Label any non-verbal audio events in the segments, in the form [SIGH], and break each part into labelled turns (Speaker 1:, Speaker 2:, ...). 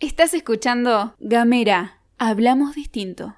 Speaker 1: Estás escuchando Gamera, hablamos distinto.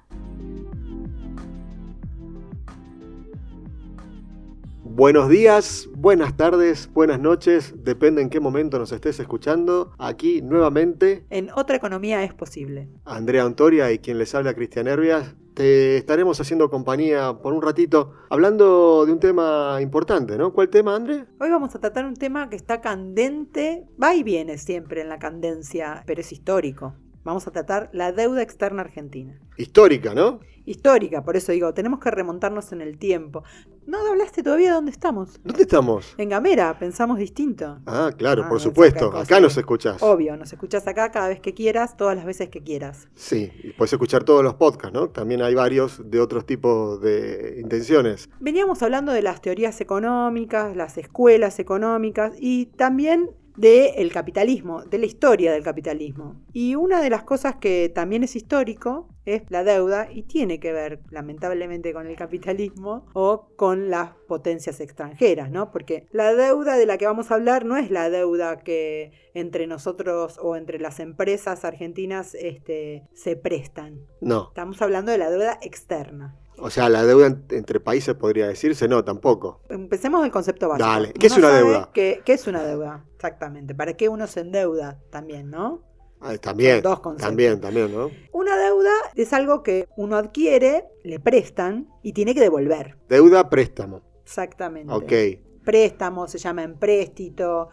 Speaker 2: Buenos días, buenas tardes, buenas noches, depende en qué momento nos estés escuchando. Aquí nuevamente
Speaker 3: En otra economía es posible.
Speaker 2: Andrea Antoria y quien les habla Cristian Herbias. Te estaremos haciendo compañía por un ratito hablando de un tema importante, ¿no? ¿Cuál tema, André?
Speaker 3: Hoy vamos a tratar un tema que está candente, va y viene siempre en la candencia, pero es histórico. Vamos a tratar la deuda externa argentina.
Speaker 2: Histórica, ¿no?
Speaker 3: Histórica, por eso digo, tenemos que remontarnos en el tiempo. No hablaste todavía de dónde estamos.
Speaker 2: ¿Dónde estamos?
Speaker 3: En Gamera, pensamos distinto.
Speaker 2: Ah, claro,
Speaker 3: Ah,
Speaker 2: por
Speaker 3: no,
Speaker 2: supuesto.
Speaker 3: saca
Speaker 2: Acá
Speaker 3: cosas.
Speaker 2: nos escuchás.
Speaker 3: Obvio, nos escuchás acá cada vez que quieras, todas las veces que quieras.
Speaker 2: Sí, y puedes escuchar todos los podcasts, ¿no? También hay varios de otros tipos de intenciones.
Speaker 3: Veníamos hablando de las teorías económicas, las escuelas económicas y también del capitalismo, de la historia del capitalismo. Y una de las cosas que también es histórico es la deuda y tiene que ver lamentablemente con el capitalismo o con las potencias extranjeras, ¿no? Porque la deuda de la que vamos a hablar no es la deuda que entre nosotros o entre las empresas argentinas este, se prestan.
Speaker 2: No,
Speaker 3: Estamos hablando de la deuda externa.
Speaker 2: o sea, la deuda en- entre países podría decirse, no, tampoco.
Speaker 3: Empecemos del concepto básico.
Speaker 2: Dale. ¿Qué es una
Speaker 3: sabe
Speaker 2: deuda?
Speaker 3: ¿Qué, qué es una deuda? Exactamente. ¿Para qué uno se endeuda también, no?
Speaker 2: Ah, También,
Speaker 3: Dos conceptos.
Speaker 2: también, también, ¿no?
Speaker 3: Una deuda es algo que uno adquiere, le prestan y tiene que devolver.
Speaker 2: Deuda, préstamo.
Speaker 3: Exactamente.
Speaker 2: Ok.
Speaker 3: Préstamo, se llama empréstito,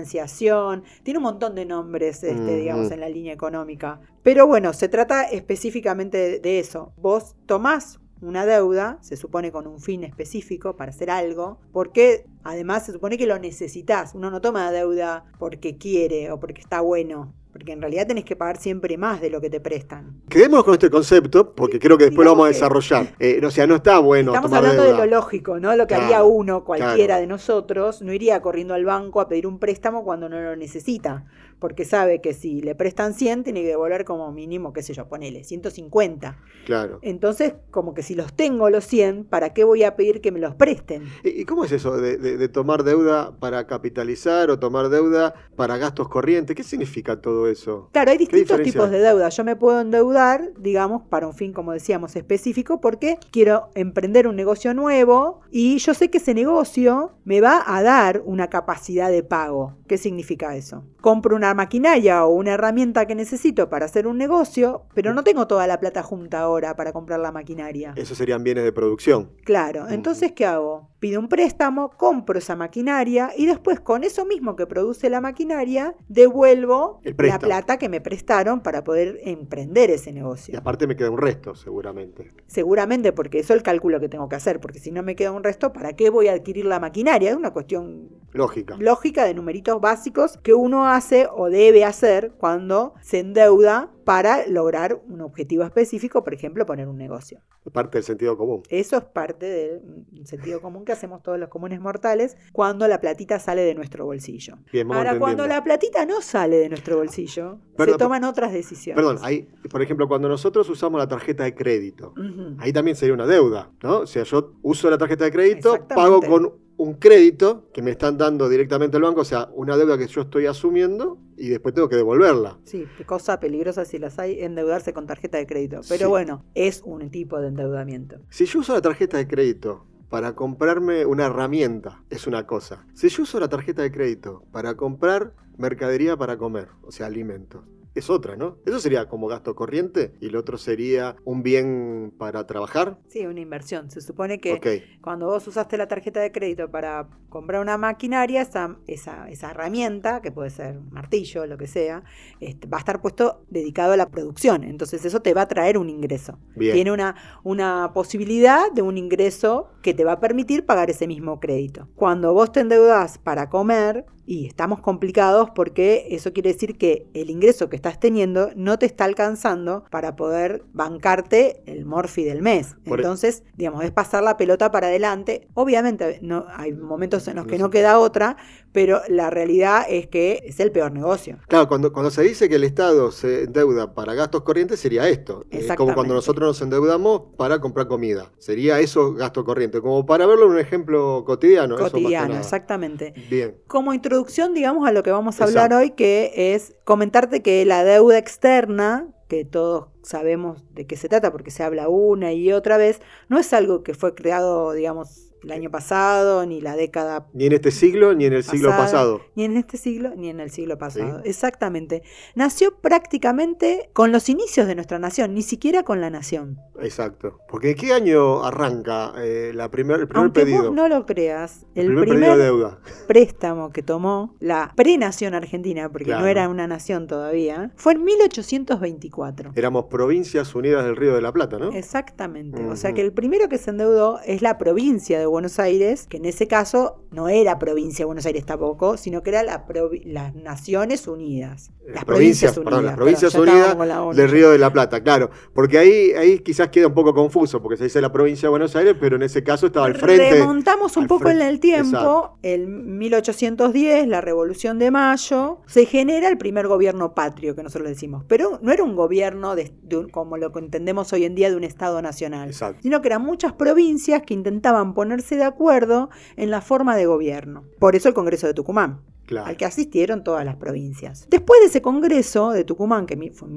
Speaker 3: financiación, tiene un montón de nombres, este,
Speaker 2: Ujú.
Speaker 3: digamos, en la línea económica. Pero bueno, se trata específicamente de- de eso. Vos tomás una deuda, se supone con un fin específico para hacer algo, porque además se supone que lo necesitas. Uno no toma deuda porque quiere o porque está bueno, porque en realidad tenés que pagar siempre más de lo que te prestan.
Speaker 2: Quedémonos con este concepto porque creo que después lo
Speaker 3: Digamos
Speaker 2: vamos a
Speaker 3: que-
Speaker 2: desarrollar. Eh, o sea, no está bueno
Speaker 3: Estamos
Speaker 2: tomar
Speaker 3: hablando
Speaker 2: deuda.
Speaker 3: de lo lógico, ¿no? Lo que
Speaker 2: Claro,
Speaker 3: haría uno, cualquiera
Speaker 2: claro.
Speaker 3: de nosotros, no iría corriendo al banco a pedir un préstamo cuando no lo necesita, porque sabe que si le prestan 100 tiene que devolver como mínimo, qué sé yo, ponele 150.
Speaker 2: Claro.
Speaker 3: Entonces, como que si los tengo los 100, ¿para qué voy a pedir que me los presten?
Speaker 2: ¿Y y cómo es eso de, de- de tomar deuda para capitalizar o tomar deuda para gastos corrientes? ¿Qué significa todo eso?
Speaker 3: Claro, hay distintos
Speaker 2: diferencia
Speaker 3: tipos
Speaker 2: hay?
Speaker 3: de deuda. Yo me puedo endeudar, digamos, para un fin, como decíamos, específico, porque quiero emprender un negocio nuevo y yo sé que ese negocio me va a dar una capacidad de pago. ¿Qué significa eso? Compro una maquinaria o una herramienta que necesito para hacer un negocio, pero no tengo toda la plata junta ahora para comprar la maquinaria.
Speaker 2: Esos serían bienes de producción.
Speaker 3: Claro,
Speaker 2: Ujú.
Speaker 3: entonces ¿qué hago? Pido un préstamo, compro esa maquinaria y después con eso mismo que produce la maquinaria devuelvo
Speaker 2: El
Speaker 3: la
Speaker 2: préstamo.
Speaker 3: plata que me prestaron para poder emprender ese
Speaker 2: Y
Speaker 3: negocio.
Speaker 2: aparte me queda un resto, seguramente.
Speaker 3: Seguramente porque eso es el cálculo que tengo que hacer, porque si no me queda un resto, ¿para qué voy a adquirir la maquinaria? Es una cuestión
Speaker 2: Lógica.
Speaker 3: lógica de numeritos básicos que uno hace o debe hacer cuando se endeuda para lograr un objetivo específico, por ejemplo, poner un negocio.
Speaker 2: Parte del sentido común.
Speaker 3: Eso es parte del mm, sentido común que hacemos todos los comunes mortales cuando la platita sale de nuestro bolsillo.
Speaker 2: Bien, vamos
Speaker 3: Ahora, cuando
Speaker 2: entendiendo.
Speaker 3: la platita no sale de nuestro bolsillo,
Speaker 2: Perdón,
Speaker 3: se toman otras decisiones.
Speaker 2: Perdón, ahí, por ejemplo, cuando nosotros usamos la tarjeta de crédito,
Speaker 3: Ujú.
Speaker 2: ahí también sería una deuda, ¿no? O sea, yo uso la tarjeta de crédito,
Speaker 3: Exactamente.
Speaker 2: pago con un crédito que me están dando directamente al banco, o sea, una deuda que yo estoy asumiendo y después tengo que devolverla.
Speaker 3: Sí, qué cosa peligrosa si las hay, endeudarse con tarjeta de crédito. Pero
Speaker 2: Sí.
Speaker 3: bueno, es un tipo de endeudamiento.
Speaker 2: Si yo uso la tarjeta de crédito para comprarme una herramienta, es una cosa. Si yo uso la tarjeta de crédito para comprar mercadería para comer, o sea, alimentos, es otra, ¿no? Eso sería como gasto corriente y el otro sería un bien para trabajar.
Speaker 3: Sí, una inversión. Se supone que
Speaker 2: Ok.
Speaker 3: cuando vos usaste la tarjeta de crédito para comprar una maquinaria, esa, esa, esa herramienta, que puede ser un martillo, lo que sea, este, va a estar puesto dedicado a la producción. Entonces eso te va a traer un ingreso.
Speaker 2: Bien.
Speaker 3: Tiene una, una posibilidad de un ingreso que te va a permitir pagar ese mismo crédito. Cuando vos te endeudás para comer, y estamos complicados porque eso quiere decir que el ingreso que estás teniendo no te está alcanzando para poder bancarte el morfi del mes.
Speaker 2: Por e-
Speaker 3: Entonces, digamos, es pasar la pelota para adelante. Obviamente no, hay momentos en los que
Speaker 2: No
Speaker 3: no
Speaker 2: se-
Speaker 3: queda otra, pero la realidad es que es el peor negocio.
Speaker 2: Claro, cuando, cuando se dice que el Estado se endeuda para gastos corrientes, sería esto. Es como cuando
Speaker 3: Exactamente.
Speaker 2: nosotros nos endeudamos para comprar comida. Sería eso gasto corriente. Como para verlo en un ejemplo cotidiano. eso más que
Speaker 3: cotidiano,
Speaker 2: nada.
Speaker 3: exactamente.
Speaker 2: Bien.
Speaker 3: Como introducción, digamos, a lo que vamos a hablar
Speaker 2: Exacto.
Speaker 3: hoy, que es comentarte que la deuda externa, que todos sabemos de qué se trata porque se habla una y otra vez, no es algo que fue creado, digamos, el año pasado, ni la década,
Speaker 2: Ni en este siglo ni en el siglo
Speaker 3: Pasado.
Speaker 2: pasado.
Speaker 3: ni en este siglo, ni en el siglo pasado. Exactamente. Nació prácticamente con los inicios de nuestra nación, ni siquiera con la nación.
Speaker 2: Exacto. Porque ¿qué año arranca eh, la primer, el primer
Speaker 3: Aunque
Speaker 2: pedido?
Speaker 3: vos no lo creas,
Speaker 2: el
Speaker 3: el
Speaker 2: primer, pedido de
Speaker 3: primer
Speaker 2: deuda.
Speaker 3: préstamo que tomó la prenación argentina, porque no
Speaker 2: Claro.
Speaker 3: era una nación todavía, fue en 1824.
Speaker 2: Éramos Provincias Unidas del Río de la Plata, ¿no?
Speaker 3: Exactamente. O sea
Speaker 2: Ujú.
Speaker 3: que el primero que se endeudó es la provincia de Buenos Aires, que en ese caso no era provincia de Buenos Aires tampoco, sino que era la provi- las Naciones Unidas.
Speaker 2: Eh, provincias,
Speaker 3: Las provincias,
Speaker 2: perdón,
Speaker 3: unidas.
Speaker 2: las Provincias
Speaker 3: ya estábamos
Speaker 2: Unidas
Speaker 3: con la ONU.
Speaker 2: Del Río de la Plata, claro. Porque ahí, ahí quizás queda un poco confuso, porque se dice la provincia de Buenos Aires, pero en ese caso estaba al frente.
Speaker 3: Remontamos un
Speaker 2: al
Speaker 3: poco en
Speaker 2: frente,
Speaker 3: el tiempo,
Speaker 2: exacto.
Speaker 3: en 1810, la Revolución de Mayo, se genera el primer gobierno patrio, que nosotros le decimos, pero no era un gobierno de- de un- como lo que entendemos hoy en día de un Estado nacional,
Speaker 2: Exacto.
Speaker 3: sino que eran muchas provincias que intentaban ponerse de acuerdo en la forma de gobierno. Por eso el Congreso de Tucumán
Speaker 2: Claro.
Speaker 3: al que asistieron todas las provincias. Después de ese congreso de Tucumán, que mi- fue en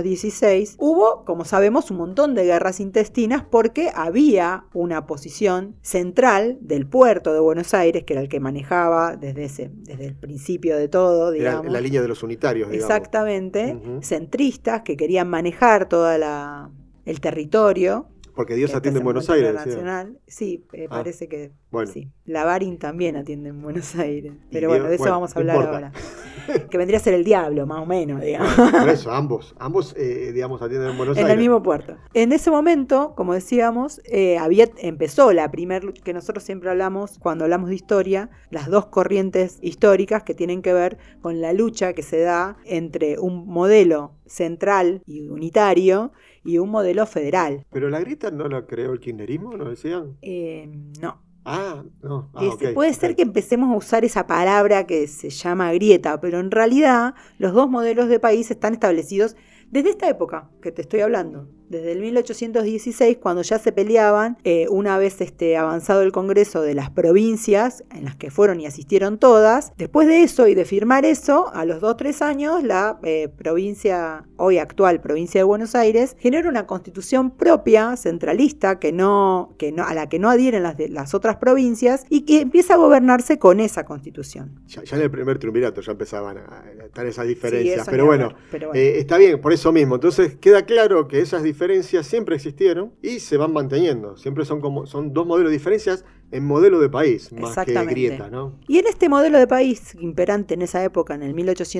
Speaker 3: 1816, hubo, como sabemos, un montón de guerras intestinas porque había una posición central del puerto de Buenos Aires, que era el que manejaba desde, ese, desde el principio de todo,
Speaker 2: Era
Speaker 3: digamos.
Speaker 2: la línea de los unitarios, digamos.
Speaker 3: Exactamente,
Speaker 2: Ujú.
Speaker 3: centristas que querían manejar toda la el territorio.
Speaker 2: Porque
Speaker 3: que
Speaker 2: Dios atiende en
Speaker 3: pertenece
Speaker 2: Buenos
Speaker 3: al
Speaker 2: Aires.
Speaker 3: territorio
Speaker 2: decía.
Speaker 3: nacional. Sí, eh,
Speaker 2: Ah,
Speaker 3: parece que
Speaker 2: Bueno,
Speaker 3: Sí, la Barin también atiende en Buenos Aires.
Speaker 2: Y
Speaker 3: Pero bueno,
Speaker 2: Dios-
Speaker 3: de eso
Speaker 2: bueno,
Speaker 3: vamos a
Speaker 2: no
Speaker 3: hablar
Speaker 2: importa.
Speaker 3: ahora. Que vendría a ser el diablo, más o menos, digamos.
Speaker 2: por eso, ambos, ambos, eh, digamos, atienden en [LAUGHS] Buenos
Speaker 3: En
Speaker 2: Aires.
Speaker 3: el mismo puerto. En ese momento, como decíamos, eh, había, empezó la primer que nosotros siempre hablamos cuando hablamos de historia, las dos corrientes históricas que tienen que ver con la lucha que se da entre un modelo central y unitario y un modelo federal.
Speaker 2: Pero la grita no la creó el kirchnerismo, ¿no decían?
Speaker 3: Eh, no,
Speaker 2: Ah, no. Ah,
Speaker 3: Que se-
Speaker 2: ok,
Speaker 3: Este, puede
Speaker 2: ok.
Speaker 3: ser que empecemos a usar esa palabra que se llama grieta, pero en realidad los dos modelos de país están establecidos desde esta época que te estoy hablando, desde el 1816, cuando ya se peleaban, eh, una vez este, avanzado el Congreso de las provincias, en las que fueron y asistieron todas, después de eso y de firmar eso, a los 2-3 años, la eh, provincia, hoy actual provincia de Buenos Aires, genera una constitución propia, centralista, que no, que no, a la que no adhieren las, de- las otras provincias, y que empieza a gobernarse con esa constitución.
Speaker 2: Ya, ya en el primer triunvirato ya empezaban a a estar esas
Speaker 3: Sí,
Speaker 2: diferencias.
Speaker 3: eso
Speaker 2: pero
Speaker 3: ni
Speaker 2: bueno,
Speaker 3: hablar, pero bueno.
Speaker 2: Eh, está bien, por eso mismo. Entonces queda claro que esas diferencias siempre existieron y se van manteniendo. Siempre son como son dos modelos de diferencias en modelo de país, más que
Speaker 3: Exactamente.
Speaker 2: grieta, ¿no?
Speaker 3: Y en este modelo de país imperante en esa época, en el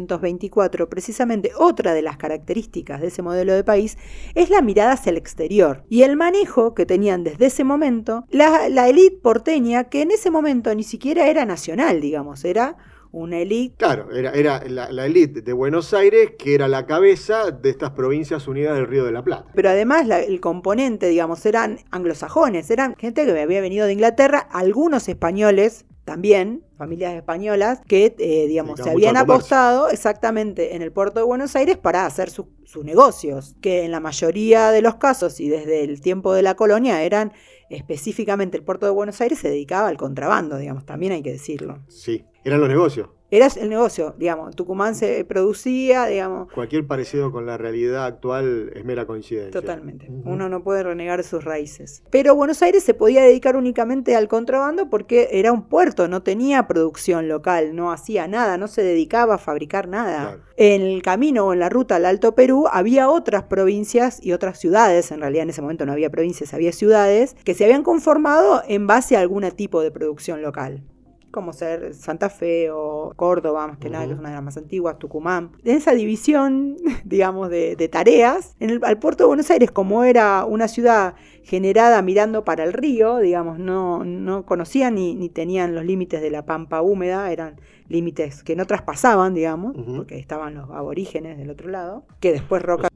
Speaker 3: 1824, precisamente otra de las características de ese modelo de país es la mirada hacia el exterior y el manejo que tenían desde ese momento la, la élite porteña, que en ese momento ni siquiera era nacional, digamos, era una élite
Speaker 2: Claro, era, era la, la élite de Buenos Aires que era la cabeza de estas provincias unidas del Río de la Plata.
Speaker 3: Pero además la- el componente, digamos, eran anglosajones, eran gente que había venido de Inglaterra, algunos españoles también, familias españolas, que, eh,
Speaker 2: Dedicaban
Speaker 3: digamos, se
Speaker 2: mucho
Speaker 3: habían
Speaker 2: al comercio.
Speaker 3: apostado exactamente en el puerto de Buenos Aires para hacer sus- sus negocios, que en la mayoría de los casos y desde el tiempo de la colonia eran específicamente el puerto de Buenos Aires se dedicaba al contrabando, digamos, también hay que decirlo.
Speaker 2: Sí, eran los negocios.
Speaker 3: Era el negocio, digamos, Tucumán se producía, digamos,
Speaker 2: Cualquier parecido con la realidad actual es mera coincidencia.
Speaker 3: Totalmente.
Speaker 2: Ujú.
Speaker 3: Uno no puede renegar sus raíces. Pero Buenos Aires se podía dedicar únicamente al contrabando porque era un puerto, no tenía producción local, no hacía nada, no se dedicaba a fabricar nada.
Speaker 2: Claro.
Speaker 3: En el camino o en la ruta al Alto Perú había otras provincias y otras ciudades, en realidad en ese momento no había provincias, había ciudades que se habían conformado en base a algún tipo de producción local como ser Santa Fe o Córdoba, más que nada, que es
Speaker 2: Ujú.
Speaker 3: una de las más antiguas, Tucumán. En esa división, [LAUGHS] digamos, de, de tareas, en el, al puerto de Buenos Aires, como era una ciudad generada mirando para el río, digamos, no, no conocían ni, ni tenían los límites de la pampa húmeda, eran límites que no traspasaban, digamos,
Speaker 2: Ujú.
Speaker 3: porque estaban los aborígenes del otro lado, que después Roca...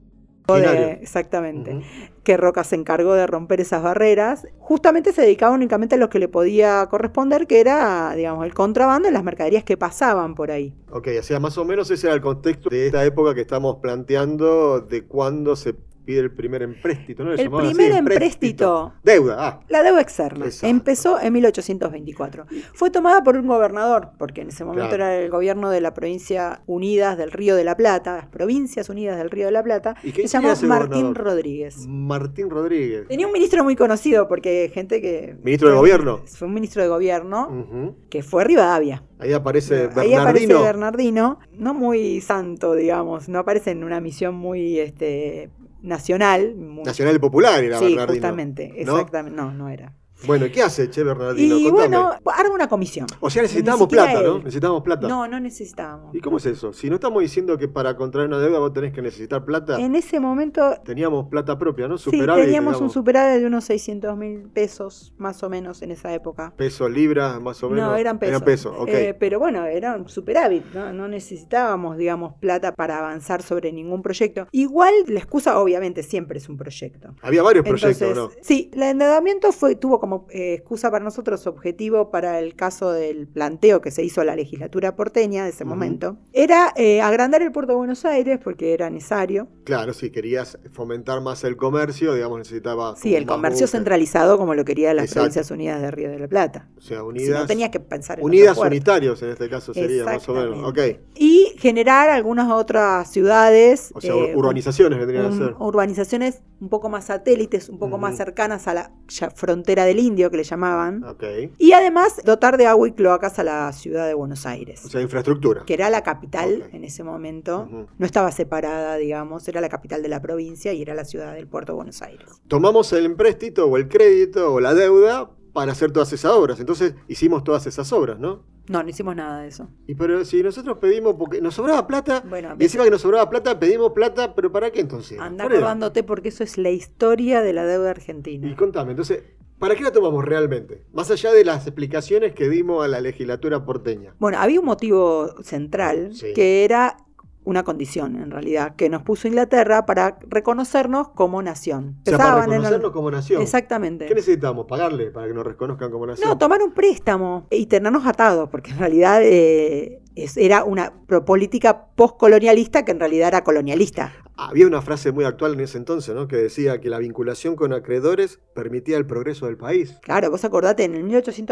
Speaker 2: originarios.
Speaker 3: de- exactamente
Speaker 2: Ujú.
Speaker 3: que Roca se encargó de romper esas barreras, justamente se dedicaba únicamente a lo que le podía corresponder, que era, digamos, el contrabando y las mercaderías que pasaban por ahí.
Speaker 2: Ok, o sea, más o menos ese era el contexto de esta época que estamos planteando de cuando se pide el primer empréstito, ¿no? Le
Speaker 3: El
Speaker 2: llamaban así,
Speaker 3: primer empréstito.
Speaker 2: Deuda, ah.
Speaker 3: La deuda externa
Speaker 2: Exacto.
Speaker 3: empezó en 1824. Fue tomada por un gobernador, porque en ese momento
Speaker 2: Claro.
Speaker 3: era el gobierno de la provincia Unidas del Río de la Plata, las provincias Unidas del Río de la Plata,
Speaker 2: ¿Y
Speaker 3: que
Speaker 2: qué
Speaker 3: se llamó
Speaker 2: hacía ese
Speaker 3: Martín
Speaker 2: gobernador?
Speaker 3: Rodríguez.
Speaker 2: Martín Rodríguez.
Speaker 3: Tenía un ministro muy conocido, porque gente que...
Speaker 2: Ministro de Gobierno. Mm.
Speaker 3: Fue un ministro de gobierno,
Speaker 2: Ujú.
Speaker 3: que fue Rivadavia.
Speaker 2: Ahí aparece
Speaker 3: Ahí aparece
Speaker 2: Bernardino.
Speaker 3: Bernardino, no muy santo, digamos, no aparece en una misión muy este, nacional. muy-
Speaker 2: Nacional y Popular era
Speaker 3: sí,
Speaker 2: Bernardino.
Speaker 3: justamente,
Speaker 2: ¿No?
Speaker 3: exactamente. No, no era.
Speaker 2: Bueno, ¿qué hace Che Bernardino?
Speaker 3: Y
Speaker 2: Contame.
Speaker 3: bueno, arma una comisión.
Speaker 2: o sea, necesitamos
Speaker 3: ni siquiera
Speaker 2: plata, ¿no?
Speaker 3: él.
Speaker 2: Necesitamos plata.
Speaker 3: No, no necesitábamos.
Speaker 2: ¿Y cómo es eso? Si no estamos diciendo que para contraer una deuda vos tenés que necesitar plata,
Speaker 3: En ese momento,
Speaker 2: teníamos plata propia, ¿no?
Speaker 3: sí,
Speaker 2: Superávit,
Speaker 3: teníamos un
Speaker 2: digamos,
Speaker 3: superávit de unos 600 mil pesos, más o menos, en esa época.
Speaker 2: peso, libras, más o menos.
Speaker 3: No, eran pesos.
Speaker 2: Eran pesos, ok.
Speaker 3: Eh, pero bueno, era un superávit, ¿no? No necesitábamos, digamos, plata para avanzar sobre ningún proyecto. Igual, la excusa obviamente siempre es un proyecto.
Speaker 2: Había varios proyectos,
Speaker 3: Entonces,
Speaker 2: ¿no?
Speaker 3: sí, el endeudamiento fue, tuvo como eh, excusa para nosotros, objetivo para el caso del planteo que se hizo a la legislatura porteña de ese
Speaker 2: Ujú.
Speaker 3: momento, era eh, agrandar el puerto de Buenos Aires porque era necesario.
Speaker 2: Claro, si querías fomentar más el comercio, digamos, necesitaba.
Speaker 3: Sí,
Speaker 2: como
Speaker 3: el
Speaker 2: más
Speaker 3: comercio
Speaker 2: buques.
Speaker 3: centralizado como lo quería las
Speaker 2: Exacto.
Speaker 3: Provincias Unidas de Río de la Plata.
Speaker 2: O sea,
Speaker 3: Si
Speaker 2: unidas.
Speaker 3: no tenías que pensar en
Speaker 2: unidas
Speaker 3: otro puerto.
Speaker 2: unitarios en este caso sería, más o menos. Ok.
Speaker 3: Exactamente. Y generar algunas otras ciudades.
Speaker 2: O sea,
Speaker 3: eh,
Speaker 2: urbanizaciones vendrían a
Speaker 3: un-
Speaker 2: ser.
Speaker 3: urbanizaciones un poco más satélites, un poco más
Speaker 2: Ujú.
Speaker 3: cercanas a la ya- frontera del Indio que le llamaban.
Speaker 2: Ok.
Speaker 3: Y además dotar de agua y cloacas a la ciudad de Buenos Aires,
Speaker 2: O sea, infraestructura.
Speaker 3: que era la capital
Speaker 2: Ok.
Speaker 3: en ese momento.
Speaker 2: Ujú.
Speaker 3: No estaba separada, digamos, era la capital de la provincia y era la ciudad del puerto de Buenos Aires.
Speaker 2: Tomamos el empréstito o el crédito o la deuda para hacer todas esas obras. Entonces hicimos todas esas obras, ¿no?
Speaker 3: No, no hicimos nada de eso.
Speaker 2: Y pero si nosotros pedimos, porque nos sobraba plata,
Speaker 3: Bueno,
Speaker 2: y encima que nos sobraba plata, pedimos plata, pero ¿para qué entonces?
Speaker 3: anda
Speaker 2: Por eso.
Speaker 3: acordándote porque eso es la historia de la deuda argentina.
Speaker 2: Y contame, entonces, ¿para qué la tomamos realmente? Más allá de las explicaciones que dimos a la legislatura porteña.
Speaker 3: Bueno, había un motivo central
Speaker 2: Sí.
Speaker 3: que era una condición, en realidad, que nos puso Inglaterra para reconocernos como nación.
Speaker 2: O sea, para
Speaker 3: Pensaban en el-
Speaker 2: reconocernos como nación.
Speaker 3: Exactamente.
Speaker 2: ¿Qué necesitamos? ¿Pagarle para que nos reconozcan como nación?
Speaker 3: No, tomar un préstamo y tenernos atados, porque en realidad eh, es- era una pro- política postcolonialista que en realidad era colonialista.
Speaker 2: Había una frase muy actual en ese entonces, ¿no? Que decía que la vinculación con acreedores permitía el progreso del país.
Speaker 3: Claro, vos acordate, en el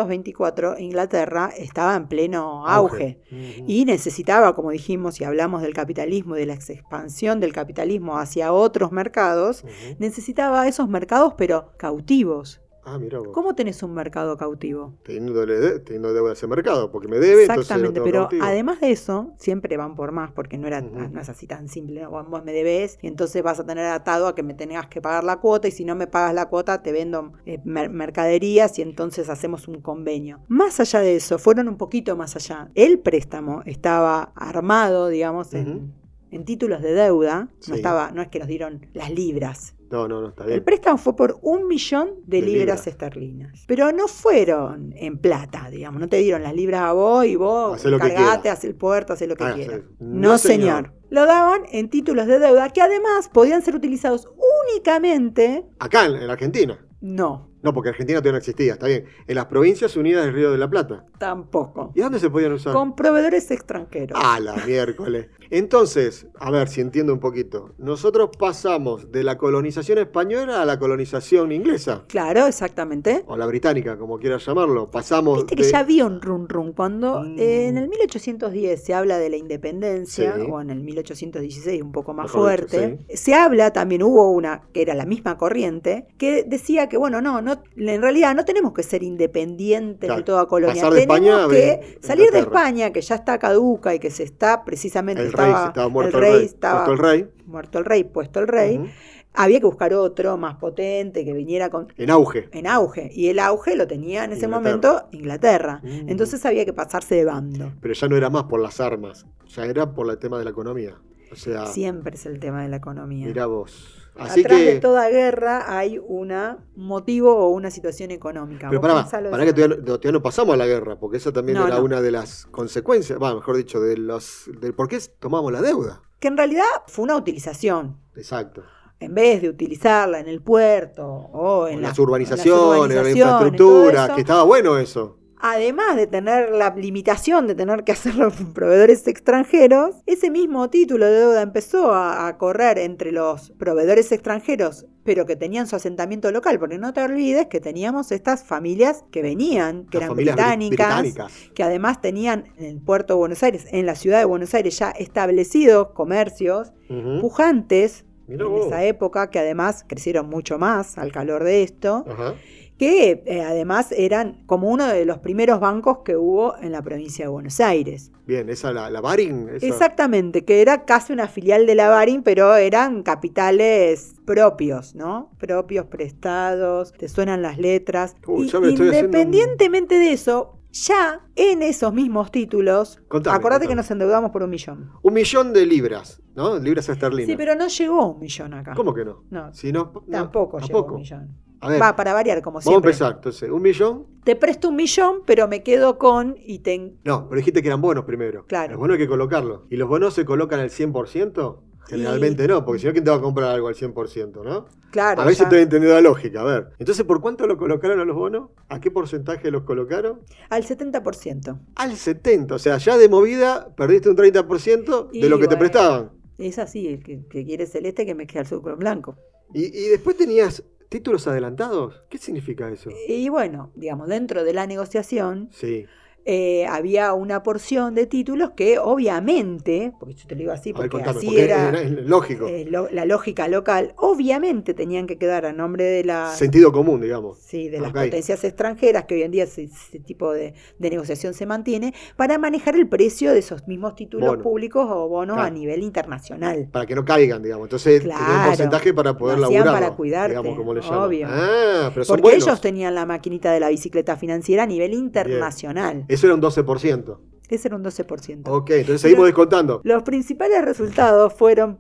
Speaker 3: 1824 Inglaterra estaba en pleno auge.
Speaker 2: Ah, Ujú.
Speaker 3: Y necesitaba, como dijimos y hablamos del capitalismo y de la ex- expansión del capitalismo hacia otros mercados,
Speaker 2: Ujú.
Speaker 3: necesitaba esos mercados pero cautivos.
Speaker 2: Ah, mira vos.
Speaker 3: ¿Cómo tenés un mercado cautivo?
Speaker 2: Teniéndole de- teniendo deuda a ese mercado, porque me debe, entonces lo
Speaker 3: Exactamente,
Speaker 2: tengo
Speaker 3: pero
Speaker 2: cautivo.
Speaker 3: además de eso, siempre van por más, porque no, era,
Speaker 2: Ujú.
Speaker 3: tan- no es así tan simple. ¿no? Vos me debes y entonces vas a tener atado a que me tengas que pagar la cuota y si no me pagas la cuota te vendo eh, mer- mercaderías y entonces hacemos un convenio. Más allá de eso, fueron un poquito más allá. El préstamo estaba armado, digamos, en...
Speaker 2: Ujú.
Speaker 3: en títulos de deuda,
Speaker 2: Sí.
Speaker 3: no estaba, no es que nos dieron las libras.
Speaker 2: No, no, no, está
Speaker 3: El
Speaker 2: bien.
Speaker 3: préstamo fue por un millón de,
Speaker 2: De
Speaker 3: libras,
Speaker 2: libras.
Speaker 3: esterlinas. Pero no fueron en plata, digamos. No te dieron las libras a vos y vos
Speaker 2: Hacé lo que
Speaker 3: cargate,
Speaker 2: quiera.
Speaker 3: haz el puerto, haz lo que
Speaker 2: Ah,
Speaker 3: quieras.
Speaker 2: sí.
Speaker 3: No, señor. Lo daban en títulos de deuda que además podían ser utilizados únicamente.
Speaker 2: Acá en, en Argentina.
Speaker 3: No,
Speaker 2: No, porque Argentina todavía no existía, está bien. En las provincias unidas del Río de la Plata.
Speaker 3: tampoco.
Speaker 2: ¿Y Ah. dónde se podían usar?
Speaker 3: Con proveedores extranjeros.
Speaker 2: A la miércoles. Entonces, a ver si entiendo un poquito. Nosotros pasamos de la colonización española a la colonización inglesa.
Speaker 3: Claro, exactamente.
Speaker 2: O la británica, como quieras llamarlo. Pasamos
Speaker 3: Viste que
Speaker 2: de-
Speaker 3: ya había un run run cuando
Speaker 2: Mm.
Speaker 3: eh, en el 1810 se habla de la independencia
Speaker 2: Sí.
Speaker 3: o en el 1816 un poco más
Speaker 2: Mejor dicho,
Speaker 3: fuerte. Se habla también hubo una que era la misma corriente que decía que bueno, no, no en realidad no tenemos que ser independientes
Speaker 2: Claro,
Speaker 3: de toda colonia,
Speaker 2: pasar de
Speaker 3: tenemos
Speaker 2: España a
Speaker 3: que
Speaker 2: Inglaterra.
Speaker 3: salir de España que ya está caduca y que se está precisamente
Speaker 2: el
Speaker 3: estaba,
Speaker 2: rey, se estaba muerto
Speaker 3: el rey, estaba
Speaker 2: estaba... muerto el rey.
Speaker 3: muerto el rey, puesto el rey.
Speaker 2: Ujú.
Speaker 3: Había que buscar otro más potente que viniera con
Speaker 2: En auge.
Speaker 3: en auge. Y el auge lo tenía en ese
Speaker 2: Inglaterra.
Speaker 3: momento Inglaterra.
Speaker 2: Mm.
Speaker 3: Entonces había que pasarse de bando.
Speaker 2: Pero ya no era más por las armas. Ya era por el tema de la economía. O sea,
Speaker 3: Siempre es el tema de la economía.
Speaker 2: Ah. mirá vos. Así
Speaker 3: Atrás
Speaker 2: que.
Speaker 3: de toda guerra hay una- un motivo o una situación económica.
Speaker 2: Pero
Speaker 3: Vos
Speaker 2: pará,
Speaker 3: pensalo de
Speaker 2: pará
Speaker 3: esa
Speaker 2: que todavía no, todavía no pasamos a la guerra, porque esa también
Speaker 3: No,
Speaker 2: era
Speaker 3: no.
Speaker 2: una de las consecuencias, va, mejor dicho, de los del por qué tomamos la deuda.
Speaker 3: manera. Que en realidad fue una utilización.
Speaker 2: Exacto.
Speaker 3: En vez de utilizarla en el puerto o en,
Speaker 2: En
Speaker 3: la-
Speaker 2: las urbanizaciones, en la
Speaker 3: urbanizaciones, todo
Speaker 2: infraestructura,
Speaker 3: eso,
Speaker 2: que estaba bueno eso.
Speaker 3: además de tener la limitación de tener que hacerlo con proveedores extranjeros, ese mismo título de deuda empezó a, a correr entre los proveedores extranjeros pero que tenían su asentamiento local, porque no te olvides que teníamos estas familias que venían, que
Speaker 2: Las
Speaker 3: eran
Speaker 2: familias bri-
Speaker 3: británicas, que además tenían en el puerto de Buenos Aires, en la ciudad de Buenos Aires ya establecidos comercios
Speaker 2: Ujú.
Speaker 3: pujantes
Speaker 2: ¿Mm? Mirá
Speaker 3: en
Speaker 2: vos.
Speaker 3: esa época, que además crecieron mucho más al calor de esto,
Speaker 2: Ajá.
Speaker 3: que eh, además eran como uno de los primeros bancos que hubo en la provincia de Buenos Aires.
Speaker 2: Bien, esa la, la Baring. esa-
Speaker 3: Exactamente, que era casi una filial de la Baring, pero eran capitales propios, ¿no? Propios, prestados, te suenan las letras.
Speaker 2: Uy,
Speaker 3: Y
Speaker 2: ya me estoy haciendo un-
Speaker 3: independientemente de eso, ya en esos mismos títulos,
Speaker 2: Contame,
Speaker 3: acordate que
Speaker 2: contame.
Speaker 3: nos endeudamos por un millón.
Speaker 2: Un millón de libras, ¿no? Libras esterlinas.
Speaker 3: Sí, pero no llegó a un millón acá.
Speaker 2: ¿Cómo que no?
Speaker 3: No,
Speaker 2: Si no, no,
Speaker 3: tampoco, llegó a
Speaker 2: tampoco.
Speaker 3: un millón.
Speaker 2: A ver,
Speaker 3: Va, para variar, como
Speaker 2: vamos a
Speaker 3: siempre.
Speaker 2: empezar. Entonces, un millón.
Speaker 3: Te presto un millón, pero me quedo con y te...
Speaker 2: No, pero dijiste que eran bonos primero.
Speaker 3: Claro.
Speaker 2: Los bonos hay que colocarlos. ¿Y los bonos se colocan al 100%? Generalmente
Speaker 3: Y-
Speaker 2: no, porque si no, ¿quién te va a comprar algo al 100%, no?
Speaker 3: Claro,
Speaker 2: a ver si
Speaker 3: ya.
Speaker 2: te he entendido la lógica. A ver. Entonces, ¿por cuánto lo colocaron a los bonos? ¿A qué porcentaje los colocaron?
Speaker 3: al 70%.
Speaker 2: Al 70%. O sea, ya de movida perdiste un 30% de
Speaker 3: Y
Speaker 2: lo que te
Speaker 3: bueno.
Speaker 2: prestaban.
Speaker 3: Es así, el que, que quiere celeste que me queda el sucro en blanco.
Speaker 2: Y, y después tenías títulos adelantados. ¿Qué significa eso?
Speaker 3: Y bueno, digamos, dentro de la negociación
Speaker 2: Sí.
Speaker 3: eh, había una porción de títulos que obviamente, porque yo te lo digo así
Speaker 2: A ver,
Speaker 3: porque
Speaker 2: contame,
Speaker 3: así
Speaker 2: porque
Speaker 3: era
Speaker 2: es, es lógico.
Speaker 3: eh, lo- la lógica local, obviamente tenían que quedar a nombre de la...
Speaker 2: Sentido común, digamos.
Speaker 3: Sí, de las
Speaker 2: Ok.
Speaker 3: potencias extranjeras, que hoy en día ese, ese tipo de, de negociación se mantiene, para manejar el precio de esos mismos títulos
Speaker 2: Bono.
Speaker 3: públicos o bonos a
Speaker 2: Claro.
Speaker 3: nivel internacional.
Speaker 2: Para que no caigan, digamos. Entonces tenían
Speaker 3: Claro.
Speaker 2: porcentaje para poder
Speaker 3: Lo hacían
Speaker 2: laburar.
Speaker 3: para cuidarte,
Speaker 2: Digamos, como le llaman.
Speaker 3: obvio.
Speaker 2: Ah, pero son
Speaker 3: Porque
Speaker 2: buenos.
Speaker 3: ellos tenían la maquinita de la bicicleta financiera a nivel internacional.
Speaker 2: Eso era un 12%.
Speaker 3: Ese era un 12%.
Speaker 2: Ok, entonces seguimos
Speaker 3: Pero-
Speaker 2: descontando.
Speaker 3: Los principales resultados fueron